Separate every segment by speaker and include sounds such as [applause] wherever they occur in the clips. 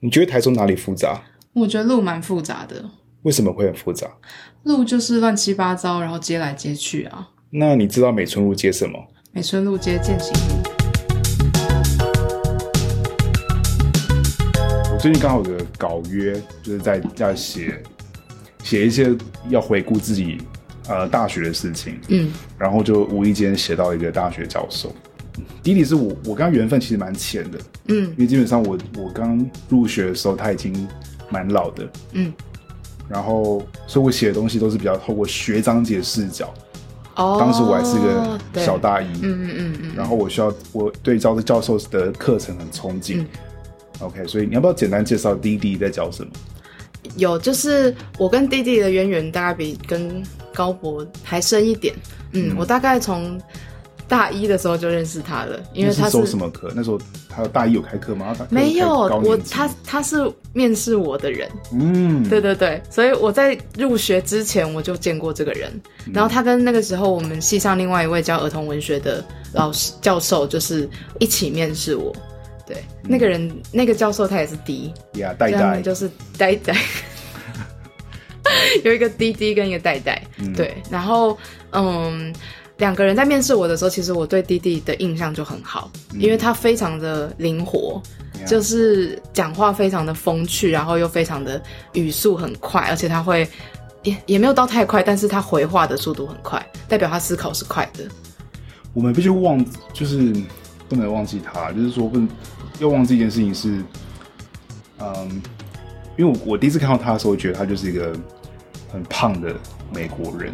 Speaker 1: 你觉得台中哪里复杂？
Speaker 2: 我觉得路蛮复杂的，
Speaker 1: 为什么会很复杂？
Speaker 2: 路就是乱七八糟，然后接来接去啊。
Speaker 1: 那你知道美村路接什么？
Speaker 2: 美村路接践行路，
Speaker 1: 我最近刚好有个稿约，就是在在写写一些要回顾自己呃大学的事情，
Speaker 2: 嗯，
Speaker 1: 然后就无意间写到一个大学教授。弟弟是我，我跟他缘分其实蛮浅的，
Speaker 2: 嗯，
Speaker 1: 因为基本上我我刚入学的时候他已经蛮老的，
Speaker 2: 嗯，
Speaker 1: 然后所以我写的东西都是比较透过学长姐视角，
Speaker 2: 哦
Speaker 1: 当时我还是个小，大一，
Speaker 2: 嗯嗯嗯
Speaker 1: 然后我需要我对教教授的课程很憧憬。OK，所以你要不要简单介绍滴滴在教什么？
Speaker 2: 嗯，有就是我跟弟弟的渊源大概比跟高博还深一点，嗯，我大概从大一的时候就认识他了，因为
Speaker 1: 那是
Speaker 2: 他
Speaker 1: 收什么课？那时候他大一有开课吗？他
Speaker 2: 没有
Speaker 1: 开高
Speaker 2: 我
Speaker 1: 年级
Speaker 2: 他他是面试我的人，
Speaker 1: 嗯，
Speaker 2: 对对对，所以我在入学之前我就见过这个人，然后他跟那个时候我们系上另外一位教儿童文学的老师教授就是一起面试我，对，那个人那个教授他也是 D，
Speaker 1: 呀，代
Speaker 2: 所以他们
Speaker 1: 代
Speaker 2: 就是呆呆， [laughs] 有一个滴滴跟一个呆呆，对，然后嗯。两个人在面试我的时候，其实我对弟弟的印象就很好，因为他非常的灵活，
Speaker 1: Yeah
Speaker 2: 就是讲话非常的风趣，然后又非常的语速很快，而且他会也也没有到太快，但是他回话的速度很快，代表他思考是快的。
Speaker 1: 我们必须忘，就是不能忘记他，就是说不能要忘记一件事情是，嗯，因为我我第一次看到他的时候，我觉得他就是一个很胖的美国人，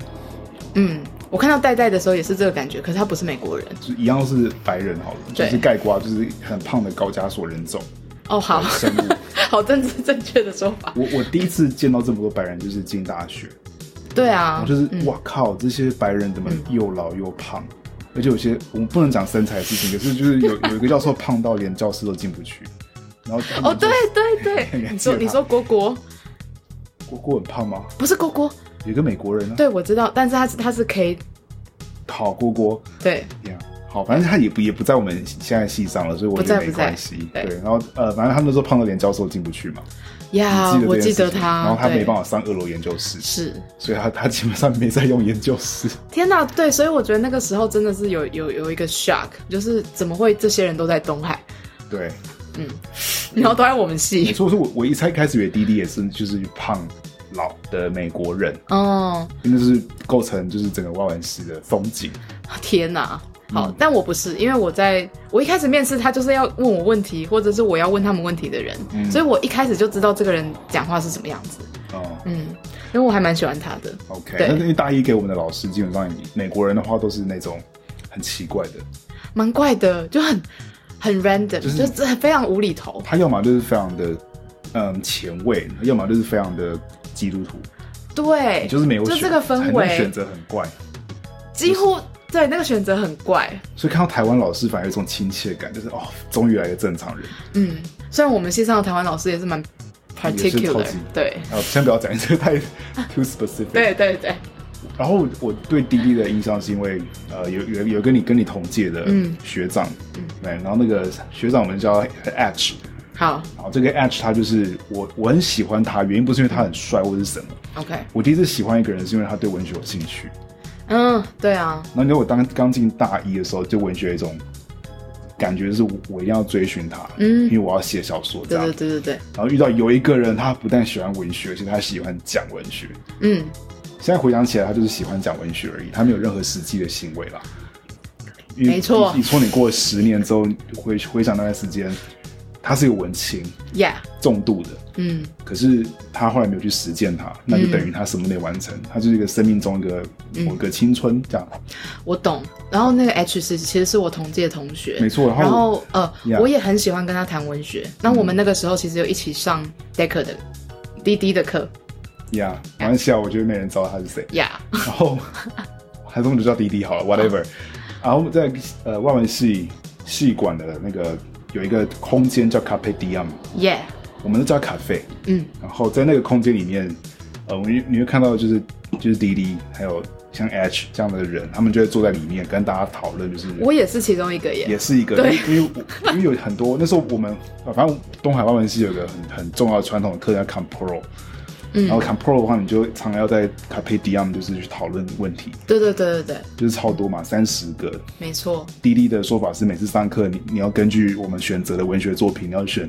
Speaker 2: 嗯，我看到呆呆的时候也是这个感觉，可是他不是美国人
Speaker 1: 就一样是白人好了，就
Speaker 2: 对
Speaker 1: 是盖瓜，就是很胖的高加索人种
Speaker 2: 哦，好
Speaker 1: 生物。
Speaker 2: [laughs] 好政治正确的说法，
Speaker 1: 我我第一次见到这么多白人，就是进大学，
Speaker 2: 对啊嗯
Speaker 1: 我，就是哇靠，这些白人怎么又老又胖？而且有些我们不能讲身材的事情，可是就是
Speaker 2: [laughs]
Speaker 1: 有有一个教授胖到连教室都进不去，然后他们
Speaker 2: 哦，对对
Speaker 1: 你还记得 [laughs]
Speaker 2: 对，你说
Speaker 1: 他
Speaker 2: 你说郭郭
Speaker 1: 郭郭很胖吗？
Speaker 2: 不是郭郭，
Speaker 1: 有一个美国人啊，
Speaker 2: 对我知道，但是他是他是 K，
Speaker 1: 好郭郭
Speaker 2: 对
Speaker 1: 呀。好，反正他也不也不在我们现在系上了，所以我觉得
Speaker 2: 不在
Speaker 1: 没
Speaker 2: 不在
Speaker 1: 关系。
Speaker 2: 对
Speaker 1: 对，然后呃，反正他们说胖到连教授都进不去嘛，
Speaker 2: 呀
Speaker 1: 你记，得
Speaker 2: 啊我
Speaker 1: 这件
Speaker 2: 记得
Speaker 1: 事情
Speaker 2: 他，
Speaker 1: 然后他没办
Speaker 2: 法
Speaker 1: 法上二楼研究室，
Speaker 2: 是。
Speaker 1: 所以他他基本上没在用研究室。
Speaker 2: 天呐，对，所以我觉得那个时候真的是有有有一个 shock，就是怎么会这些人都在东海，
Speaker 1: 对，
Speaker 2: 然后都在我们
Speaker 1: 嗯没
Speaker 2: 系？
Speaker 1: 错，所以我我一开开始以为滴滴也是就是胖老的美国人，
Speaker 2: 哦，
Speaker 1: 因为就是构成就是整个外文系的风景。
Speaker 2: 天呐！好，
Speaker 1: 嗯
Speaker 2: 但我不是，因为我在我一开始面试他就是要问我问题，或者是我要问他们问题的人，
Speaker 1: 嗯
Speaker 2: 所以我一开始就知道这个人讲话是什么样子。
Speaker 1: 哦、
Speaker 2: 嗯，因为我还蛮喜欢他的。
Speaker 1: o k
Speaker 2: 对
Speaker 1: 那因为大一给我们的老师基本上美国人的话都是那种很奇怪的，
Speaker 2: 蛮怪的，就很很 random，就是是非常无厘头。
Speaker 1: 他要么就是非常的嗯前卫，要么就是非常的基督徒，
Speaker 2: 对，
Speaker 1: 就是没有
Speaker 2: 哎就
Speaker 1: 选
Speaker 2: 这个氛
Speaker 1: 很多选
Speaker 2: 围，
Speaker 1: 择很怪。
Speaker 2: 几乎对那个选择很怪。
Speaker 1: 所以看到台湾老师反而有一种亲切感，就是哦，终于来个正常人。
Speaker 2: 嗯，虽然我们系上的台湾老师也是蛮
Speaker 1: 也是超
Speaker 2: particular，
Speaker 1: 级
Speaker 2: 对
Speaker 1: 啊，先不要讲 [laughs] 这个太 too specific。
Speaker 2: 对对对，
Speaker 1: 然后我对滴滴的印象是因为，呃，有有有跟你跟你同届的学长，对，然后那个学长我们叫 H，
Speaker 2: 好
Speaker 1: 然后这个 H 他就是我我很喜欢他，原因不是因为他很帅或是什么，
Speaker 2: ，OK，
Speaker 1: 我第一次喜欢一个人是因为他对文学有兴趣。
Speaker 2: 嗯，对啊，
Speaker 1: 然后因为我当刚进大一的时候，对文学有一种感觉，就是我我一定要追寻他，嗯，因为我要写小说这
Speaker 2: 对
Speaker 1: 样。
Speaker 2: 对对对对，
Speaker 1: 然后遇到有一个人，他不但喜欢文学，而且他喜欢讲文学。
Speaker 2: 嗯，
Speaker 1: 现在回想起来，他就是喜欢讲文学而已，他没有任何实际的行为啦。因为
Speaker 2: 没错
Speaker 1: 你你说你过了十年之后回回想那段时间，他是个文青，
Speaker 2: ，Yeah，
Speaker 1: 重度的，
Speaker 2: 嗯，
Speaker 1: 可是他后来没有去实践它，那就等于他什么都没完成，他就是一个生命中一个某一个青春这样。
Speaker 2: 我懂。然后那个 H 是其实是我同届同学，
Speaker 1: 没错然后
Speaker 2: 然后呃
Speaker 1: Yeah
Speaker 2: 我也很喜欢跟他谈文学。那我们那个时候其实有一起上 Decker 的滴滴的课
Speaker 1: 呀、反正下我觉得没人知道他是谁，
Speaker 2: ，Yeah，
Speaker 1: 然后 [laughs] 还是我们就叫滴滴好了，whatever。然后在呃外文系系馆的那个有一个空间叫 Cafe Diem，
Speaker 2: Yeah，
Speaker 1: 我们都叫咖啡。
Speaker 2: 嗯，
Speaker 1: 然后在那个空间里面，呃，我们你会看到就是就是滴滴还有像 H 这样的人，他们就会坐在里面跟大家讨论，就是
Speaker 2: 我也是其中一个耶。
Speaker 1: 也是一个，因
Speaker 2: 对
Speaker 1: 为因为我因为有很多那时候我们反正东海外文系有个很很重要的传统的课叫 Compro，
Speaker 2: 嗯
Speaker 1: 然后 Compro 的话，你就常常要在 c a p e d i u m 就是去讨论问题，
Speaker 2: 对对对对对，
Speaker 1: 就是超多嘛，三十个。
Speaker 2: 没错，
Speaker 1: 滴滴的说法是，每次上课你你要根据我们选择的文学作品，你要选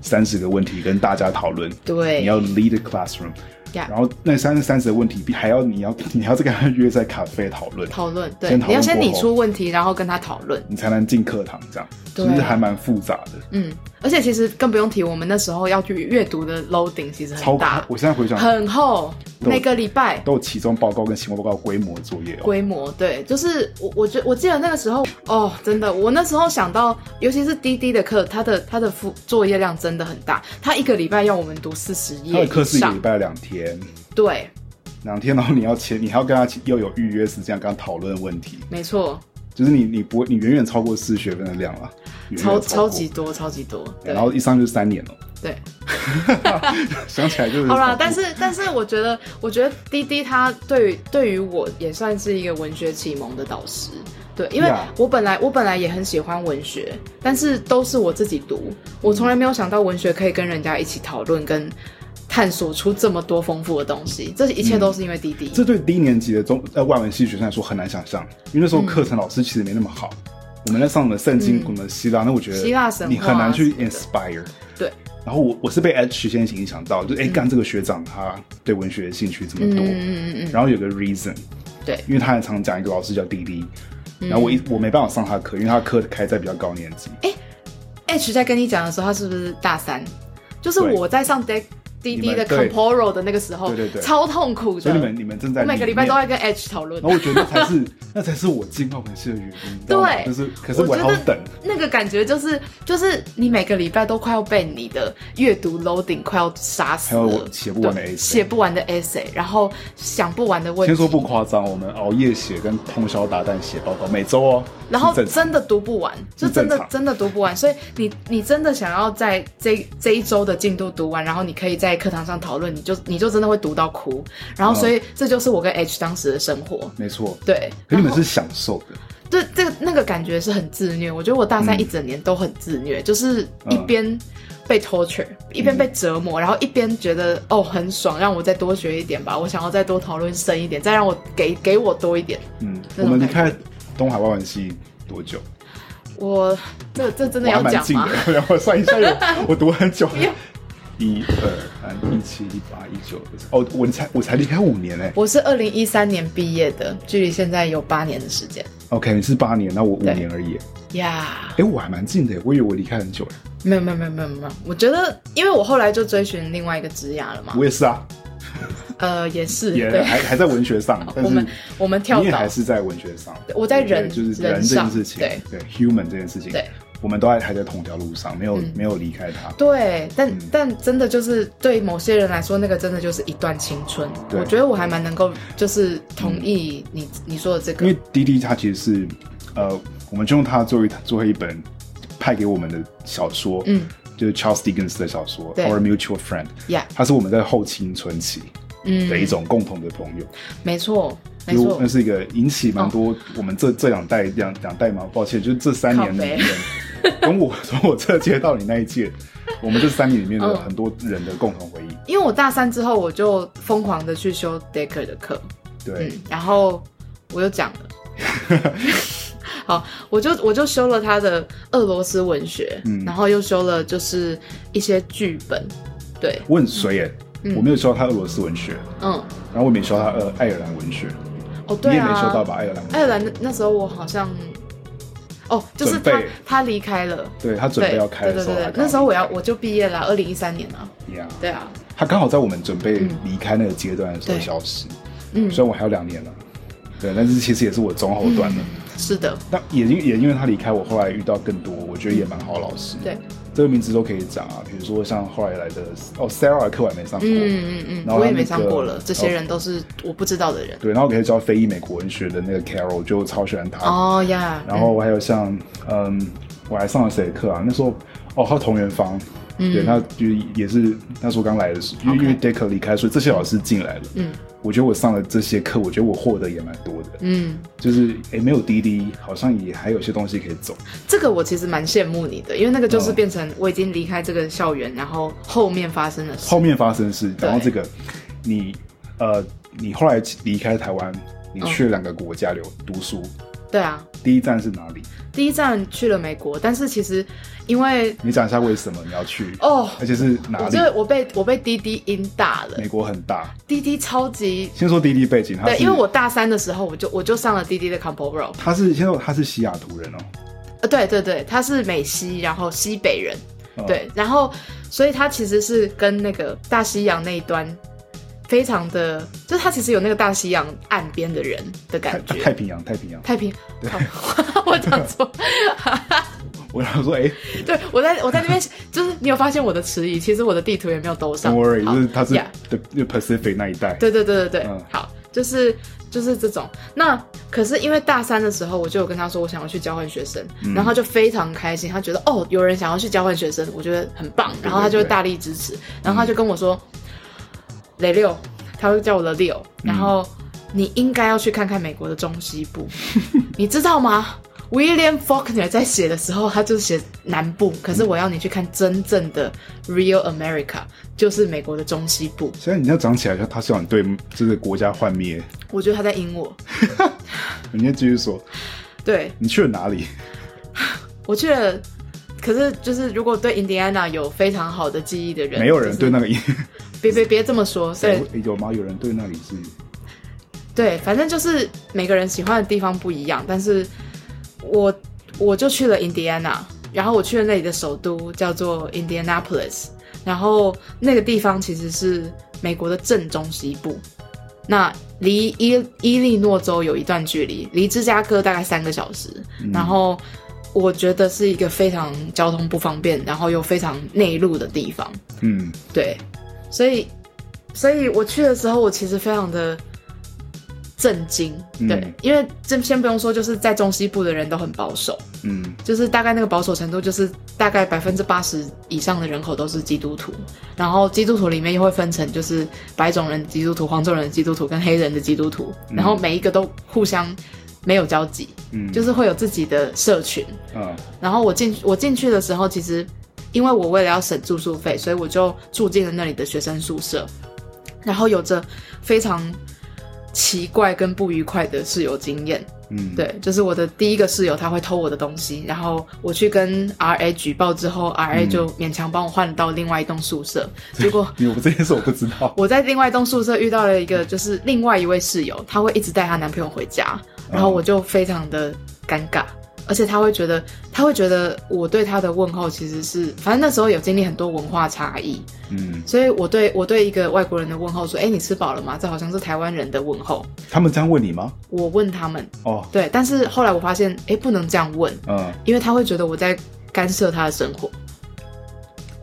Speaker 1: 三十个问题跟大家讨论，
Speaker 2: 对
Speaker 1: 你要 lead the classroom，
Speaker 2: 呀
Speaker 1: 然后那三十三十个问题还要你要你还要再跟他约在咖啡讨论，
Speaker 2: 讨论，对，
Speaker 1: 先讨论
Speaker 2: 你要先
Speaker 1: 过后
Speaker 2: 拟出问题，然后跟他讨论。
Speaker 1: 你才能进课堂，这样
Speaker 2: 对
Speaker 1: 其实还蛮复杂的。
Speaker 2: 嗯，而且其实更不用提，我们那时候要去阅读的 loading 其实
Speaker 1: 超
Speaker 2: 很
Speaker 1: 大
Speaker 2: 大，，
Speaker 1: 我现在回想
Speaker 2: 很厚，
Speaker 1: 对
Speaker 2: 每个礼拜
Speaker 1: 都有期中报告跟期末报告规模作业哦。
Speaker 2: 规模，对，就是我我觉我记得那个时候，哦，真的，我那时候想到，尤其是滴滴的课，它的它的副作业量真的很大，它一个礼拜要我们读四十
Speaker 1: 他
Speaker 2: 页
Speaker 1: 的课
Speaker 2: 以
Speaker 1: 是一个礼
Speaker 2: 上，
Speaker 1: 拜两天，
Speaker 2: 对，
Speaker 1: 两天，然后你要签，你还要跟他又有预约时间，跟他讨论问题，
Speaker 2: 没错，
Speaker 1: 就是你你不会，你远远超过四学分的量了，远远
Speaker 2: 超
Speaker 1: 过
Speaker 2: 超级。多，超级多，对
Speaker 1: 然后一上就是三年了，
Speaker 2: 对。
Speaker 1: [laughs] 想起来就是
Speaker 2: 好啦
Speaker 1: 恐，怖
Speaker 2: 但是但是我觉得，我觉得滴滴他对于对于我也算是一个文学启蒙的导师。对，因为
Speaker 1: Yeah
Speaker 2: 我本来我本来也很喜欢文学，但是都是我自己读，我
Speaker 1: 嗯
Speaker 2: 从来没有想到文学可以跟人家一起讨论跟探索出这么多丰富的东西。这一切都是因为滴滴。
Speaker 1: 嗯这对低年级的中呃外文系学生来说很难想象，因为那
Speaker 2: 嗯
Speaker 1: 时候课程老师其实没那么好。我们在上我们的圣经，我们的希腊，那我觉得
Speaker 2: 希腊神话
Speaker 1: 你很难去
Speaker 2: 什么的
Speaker 1: inspire。
Speaker 2: 对，嗯
Speaker 1: 然后我我是被 H 先影响到，就哎干、这个学长他对文学兴趣这么多，
Speaker 2: 嗯嗯嗯嗯，
Speaker 1: 然后有个 reason，
Speaker 2: 对嗯
Speaker 1: 因为他很常讲一个老师叫弟弟，然后我一我没办法上他的课，因为他的课开在比较高年级，
Speaker 2: H 在跟你讲的时候，他是不是大三？就是
Speaker 1: 对
Speaker 2: 我在上 D D
Speaker 1: 你
Speaker 2: D
Speaker 1: 们
Speaker 2: 的
Speaker 1: 对
Speaker 2: Comporo 的那个时候，
Speaker 1: 对对对
Speaker 2: 超痛苦的。
Speaker 1: 所以你们你们正在哦
Speaker 2: 我每个礼拜都
Speaker 1: 在。
Speaker 2: 在跟 H 讨论
Speaker 1: 然。后我觉得那才是 [laughs] 那才是我进外文系的原因，你知道吗
Speaker 2: 对
Speaker 1: 就是可是我
Speaker 2: 我
Speaker 1: 还
Speaker 2: 觉
Speaker 1: 要
Speaker 2: 得
Speaker 1: 等，
Speaker 2: 那个感觉就是，就是你每个礼拜都快要被你的阅读 loading 快要杀死
Speaker 1: 还有
Speaker 2: 了
Speaker 1: 我，写不完的
Speaker 2: 对
Speaker 1: essay
Speaker 2: 写不完的 essay，然后想不完的问
Speaker 1: 先
Speaker 2: 题，
Speaker 1: 说不夸张，我们熬夜写跟通宵达旦写报告，每周哦，
Speaker 2: 然后
Speaker 1: 是正常
Speaker 2: 真的读不完，就是真
Speaker 1: 正
Speaker 2: 的
Speaker 1: 常
Speaker 2: 真的读不完，所以你你真的想要在这这一周的进度读完，然后你可以在课堂上讨论，你就你就真的会读到哭，然
Speaker 1: 嗯
Speaker 2: 后所以这就是我跟 H 当时的生活，
Speaker 1: 没错。
Speaker 2: 对，
Speaker 1: 可你
Speaker 2: 然
Speaker 1: 们
Speaker 2: 后
Speaker 1: 是享受的，
Speaker 2: 对，这个那个感觉是很自虐。我觉得我大三
Speaker 1: 嗯
Speaker 2: 一整年都很自虐，就是
Speaker 1: 嗯
Speaker 2: 一边被 torture，、一边被折磨，然后一边觉得哦很爽，让我再多学一点吧，我想要再多讨论深一点，再让我给给我多一点。
Speaker 1: 嗯。
Speaker 2: 这
Speaker 1: 我
Speaker 2: 种
Speaker 1: 们离
Speaker 2: 感觉
Speaker 1: 开东海外文系多久？
Speaker 2: 我这这真的
Speaker 1: 我还
Speaker 2: 要
Speaker 1: 蛮
Speaker 2: 讲
Speaker 1: 近
Speaker 2: 吗？
Speaker 1: 的， [laughs] 让我算一下
Speaker 2: [laughs]
Speaker 1: 有，我读很久
Speaker 2: 要。
Speaker 1: 一二三，一七、一八、一九，哦，我才我才离开五年哎。
Speaker 2: 我是二零一三年毕业的，距离现在有八年的时间
Speaker 1: OK，你是八年，那我五
Speaker 2: 对
Speaker 1: 年而已。
Speaker 2: 呀。
Speaker 1: 哎，我还蛮近的耶，我以为我离开很久耶。欸
Speaker 2: 没有没有没有没有没有，我觉得因为我后来就追寻另外一个职涯了嘛，
Speaker 1: 我也是啊，
Speaker 2: 呃也是
Speaker 1: 也
Speaker 2: [laughs] 对，
Speaker 1: 还还在文学上，但
Speaker 2: 我
Speaker 1: 是
Speaker 2: 们我们跳
Speaker 1: 你也
Speaker 2: 岛
Speaker 1: 还是在文学上。
Speaker 2: 我在人
Speaker 1: 对就是
Speaker 2: 人
Speaker 1: 人这件
Speaker 2: 上
Speaker 1: 事情，
Speaker 2: 对
Speaker 1: 对 human 这件事情，
Speaker 2: 对，
Speaker 1: 我们都还还在同条路上，没有
Speaker 2: 嗯
Speaker 1: 没有离开它。
Speaker 2: 对，但、
Speaker 1: 嗯
Speaker 2: 但真的就是对某些人来说，那个真的就是一段青春。
Speaker 1: 对嗯
Speaker 2: 我觉得我还蛮能够就是同意你、你说的这
Speaker 1: 因
Speaker 2: 个
Speaker 1: 为，滴滴它其实是，呃，我们就用它作为作为一本派给我们的小说，
Speaker 2: 嗯，
Speaker 1: 就是 Charles Dickens 的小说《
Speaker 2: 对
Speaker 1: Our Mutual Friend》，
Speaker 2: 呀、
Speaker 1: 它是我们在后青春期的一
Speaker 2: 嗯，
Speaker 1: 种共同的朋友，
Speaker 2: 没错没
Speaker 1: 就是
Speaker 2: 错哦
Speaker 1: 那，是一个引起蛮多我们这这两代两两代嘛，抱歉，就是这三年里面，跟我 [laughs] 从我这届到你那一届，我们这三年里面的
Speaker 2: 嗯
Speaker 1: 很多人的共同回忆，
Speaker 2: 因为我大三之后我就疯狂的去修 Decker 的课，
Speaker 1: 对
Speaker 2: 嗯，，然后我又讲了。
Speaker 1: [laughs]
Speaker 2: 好，我就我就修了他的俄罗斯文学，
Speaker 1: 嗯
Speaker 2: 然后又修了就是一些剧本，对，
Speaker 1: 我很衰耶、
Speaker 2: 嗯
Speaker 1: 我没有修到他俄罗斯文学，
Speaker 2: 嗯，
Speaker 1: 然后我也没修到他呃爱尔兰文学，
Speaker 2: 哦对
Speaker 1: 你
Speaker 2: 啊，
Speaker 1: 也没修到吧爱尔兰文学？
Speaker 2: 爱尔兰那那时候我好像，哦，就是
Speaker 1: 准
Speaker 2: 他
Speaker 1: 备
Speaker 2: 他离开了，
Speaker 1: 对他准备要开的时候，
Speaker 2: 对对
Speaker 1: 他
Speaker 2: 对
Speaker 1: 刚好
Speaker 2: 对，那时候我要我就毕业了，二零一三年啊，
Speaker 1: 呀
Speaker 2: 对啊，
Speaker 1: 他刚好在我们准备离开那个阶段的时候
Speaker 2: 嗯对
Speaker 1: 消失。
Speaker 2: 嗯
Speaker 1: 虽然我还有两年了，对，但是其实也是我中后段
Speaker 2: 嗯
Speaker 1: 了。
Speaker 2: 是的，
Speaker 1: 但也因也因为他离开，我后来遇到更多我觉得也蛮好的老师。
Speaker 2: 对，
Speaker 1: 这个名字都可以讲啊，比如说像后来来的哦，Sarah 的课我还没上过。
Speaker 2: 嗯嗯嗯，
Speaker 1: 然后他那个
Speaker 2: 我也没上过了，这些
Speaker 1: 哦
Speaker 2: 人都是我不知道的人，
Speaker 1: 对，然后我可以教非裔美国文学的那个 Carol，我就超喜欢他。
Speaker 2: 哦呀，
Speaker 1: 嗯然后还有像嗯，我还上了谁的课啊？那时候哦，还有同源芳，
Speaker 2: 嗯
Speaker 1: 对，那就也是那时候刚来的时候，因为
Speaker 2: OK
Speaker 1: 因为 Decker 离开，所以这些老师进来了。
Speaker 2: 嗯
Speaker 1: 我觉得我上了这些课，我觉得我获得也蛮多的。
Speaker 2: 嗯，
Speaker 1: 就是诶，没有滴滴，好像也还有些东西可以走。
Speaker 2: 这个我其实蛮羡慕你的，因为那个就是
Speaker 1: 嗯
Speaker 2: 变成我已经离开这个校园，然后后面发生的事
Speaker 1: 后。面发生事，
Speaker 2: 对
Speaker 1: 然后这个你呃，你后来离开台湾，
Speaker 2: 嗯
Speaker 1: 你去了两个国家留读书，
Speaker 2: 对啊，
Speaker 1: 第一站是哪里？
Speaker 2: 第一站去了美国，但是其实因为
Speaker 1: 你讲一下为什么你要去，
Speaker 2: 哦，
Speaker 1: 而且是哪
Speaker 2: 我
Speaker 1: 里
Speaker 2: 觉？得我被我被滴滴阴大了
Speaker 1: 美，国很大。
Speaker 2: 滴滴超级
Speaker 1: 先说滴滴背景，他
Speaker 2: 对，
Speaker 1: 是
Speaker 2: 因为我大三的时候我就我就上了滴滴的 Combo Roll，
Speaker 1: 他是先说他是西雅图人哦，
Speaker 2: 呃，对对对，他是美西，然后西北人，
Speaker 1: 嗯
Speaker 2: 对，然后所以他其实是跟那个大西洋那一端非常的，就是他其实有那个大西洋岸边的人的
Speaker 1: 太
Speaker 2: 感
Speaker 1: 太
Speaker 2: 觉。
Speaker 1: 平洋太平洋。
Speaker 2: 太平，靠 [laughs] 我讲错，嗯
Speaker 1: 我想说，哎
Speaker 2: [laughs] 对我在我在那边， [laughs] 就是你有发现我的迟疑，其实我的地图也没有兜上。
Speaker 1: ，Don't worry，
Speaker 2: 好
Speaker 1: 就是他是
Speaker 2: yeah
Speaker 1: the the Pacific 那一带。
Speaker 2: 对对对对对，
Speaker 1: 嗯
Speaker 2: 好，就是就是这种。那可是因为大三的时候，我就有跟他说我想要去交换学生，然后他就非常开心，他觉得哦有人想要去交换学生，我觉得很棒，然后他就会大力支持，然后他就跟我说，雷六，他会叫我的六，然后你应该要去看看美国的中西部，你知道吗？William Faulkner 在写的时候，他就写南部，可是我要你去看真正的 Real America，就是美国的中西部。
Speaker 1: 现在你要讲起来，他他是想对这个国家幻灭。
Speaker 2: 我觉得他在赢我。
Speaker 1: 你先继续说，
Speaker 2: 对
Speaker 1: 你去了哪里？
Speaker 2: 我去了，可是就是如果对印第安纳有非常好的记忆的人，
Speaker 1: 没有人对那个印
Speaker 2: 就是别别别这么说，对
Speaker 1: [laughs] 有吗？有人对那里是
Speaker 2: 对，反正就是每个人喜欢的地方不一样，但是我我就去了印第安纳，然后我去了那里的首都叫做 Indianapolis，然后那个地方其实是美国的正中西部，那离伊伊利诺州有一段距离，离芝加哥大概三个小时，然后。我觉得是一个非常交通不方便，然后又非常内陆的地方。
Speaker 1: 嗯，
Speaker 2: 对，所以，所以我去的时候，我其实非常的震惊，
Speaker 1: 嗯
Speaker 2: 对，因为这先不用说，就是在中西部的人都很保守，
Speaker 1: 嗯
Speaker 2: 就是大概那个保守程度，就是大概百分之八十以上的人口都是基督徒，然后基督徒里面又会分成就是白种人基督徒、黄种人基督徒跟黑人的基督徒，然后每一个都互相没有交集，
Speaker 1: 嗯，
Speaker 2: 就是是会有自己的社群，
Speaker 1: 嗯
Speaker 2: 然后我进我进去的时候，其实因为我为了要省住宿费，所以我就住进了那里的学生宿舍，然后有着非常奇怪跟不愉快的室友经验。
Speaker 1: 嗯，
Speaker 2: 对，就是我的第一个室友他会偷我的东西，然后我去跟 R A 举报之后，R A 就勉强帮我换到另外一栋宿舍，结果。
Speaker 1: 你我这件事我不知道。
Speaker 2: 我在另外一栋宿舍遇到了一个，就是另外一位室友，她会一直带她男朋友回家，
Speaker 1: 嗯
Speaker 2: 然后我就非常的尴尬，而且她会觉得，她会觉得我对她的问候其实是，反正那时候有经历很多文化差异，
Speaker 1: 嗯，
Speaker 2: 所以我对我对一个外国人的问候说，哎、你吃饱了吗？这好像是台湾人的问候。
Speaker 1: 他们这样问你吗？
Speaker 2: 我问他们，
Speaker 1: 哦，
Speaker 2: 对，但是后来我发现，哎、不能这样问，
Speaker 1: 嗯，
Speaker 2: 因为他会觉得我在干涉他的生活。
Speaker 1: 啊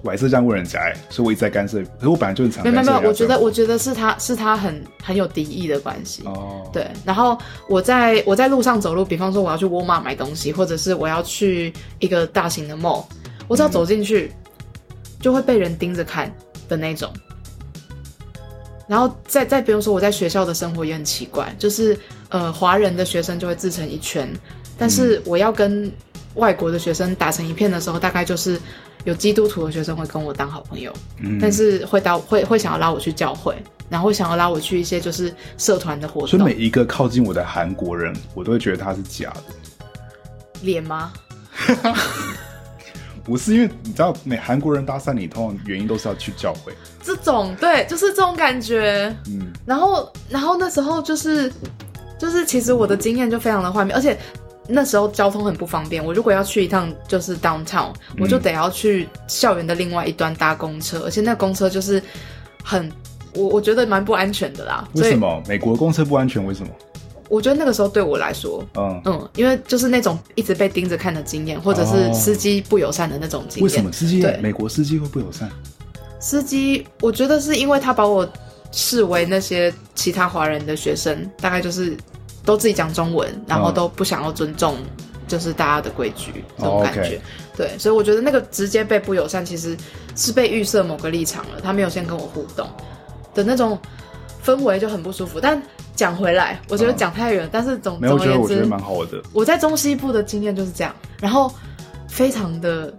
Speaker 1: 我还是这样问人家、欸，所以我一直在干涉。可是我本来就很常
Speaker 2: 没有
Speaker 1: 干
Speaker 2: 没
Speaker 1: 涉
Speaker 2: 有没有，
Speaker 1: 人
Speaker 2: 我
Speaker 1: 家
Speaker 2: 觉
Speaker 1: 这
Speaker 2: 得
Speaker 1: 样
Speaker 2: 我觉得是他是他很很有敌意的关系。
Speaker 1: 哦，，
Speaker 2: 对，然后我在我在路上走路，比方说我要去沃尔玛买东西，或者是我要去一个大型的 mall，
Speaker 1: 嗯
Speaker 2: 我只要走进去，就会被人盯着看的那种。然后再再比如说我在学校的生活也很奇怪，就是呃华人的学生就会自成一圈，但
Speaker 1: 嗯
Speaker 2: 是我要跟外国的学生打成一片的时候，大概就是有基督徒的学生会跟我当好朋友，
Speaker 1: 嗯
Speaker 2: 但是会到会会想要拉我去教会。然后会想要拉我去一些就是社团的活动，
Speaker 1: 所以每一个靠近我的韩国人，我都会觉得他是假的。
Speaker 2: 脸吗？
Speaker 1: 不是因为你知道，每韩国人搭讪你，通常原因都是要去教会。
Speaker 2: 这种对，就是这种感觉。
Speaker 1: 嗯
Speaker 2: 然后，然后那时候就是，就是其实我的经验就非常的幻灭，而且那时候交通很不方便。我如果要去一趟就是 downtown，我
Speaker 1: 嗯
Speaker 2: 就得要去校园的另外一端搭公车，而且那公车就是很。我我觉得蛮不安全的啦，所
Speaker 1: 为
Speaker 2: 以
Speaker 1: 什么美国公车不安全？为什么？
Speaker 2: 我觉得那个时候对我来说，
Speaker 1: 嗯，
Speaker 2: 嗯，因为就是那种一直被盯着看的经验，或者是
Speaker 1: 哦
Speaker 2: 司机不友善的那种经验。
Speaker 1: 为什么司机
Speaker 2: 对
Speaker 1: 美国司机会不友善？
Speaker 2: 司机，我觉得是因为他把我视为那些其他华人的学生，大概就是都自己讲中文，然后都不想要尊重，就是大家的规矩这种感觉。
Speaker 1: 哦
Speaker 2: 对，所以我觉得那个直接被不友善，其实是被预设某个立场了，他没有先跟我互动的那种氛围就很不舒服。但讲回来，我觉得
Speaker 1: 嗯
Speaker 2: 讲太远，但是总
Speaker 1: 没有，
Speaker 2: 总
Speaker 1: 我觉
Speaker 2: 而
Speaker 1: 得
Speaker 2: 言
Speaker 1: 我觉
Speaker 2: 之
Speaker 1: 得，蛮好的。
Speaker 2: 我在中西部的经验就是这样，然后非常的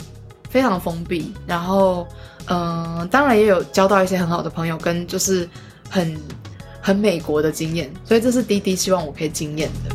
Speaker 2: 非常封闭，然后嗯、呃当然也有交到一些很好的朋友，跟就是很很美国的经验，所以这是滴滴希望我可以经验的。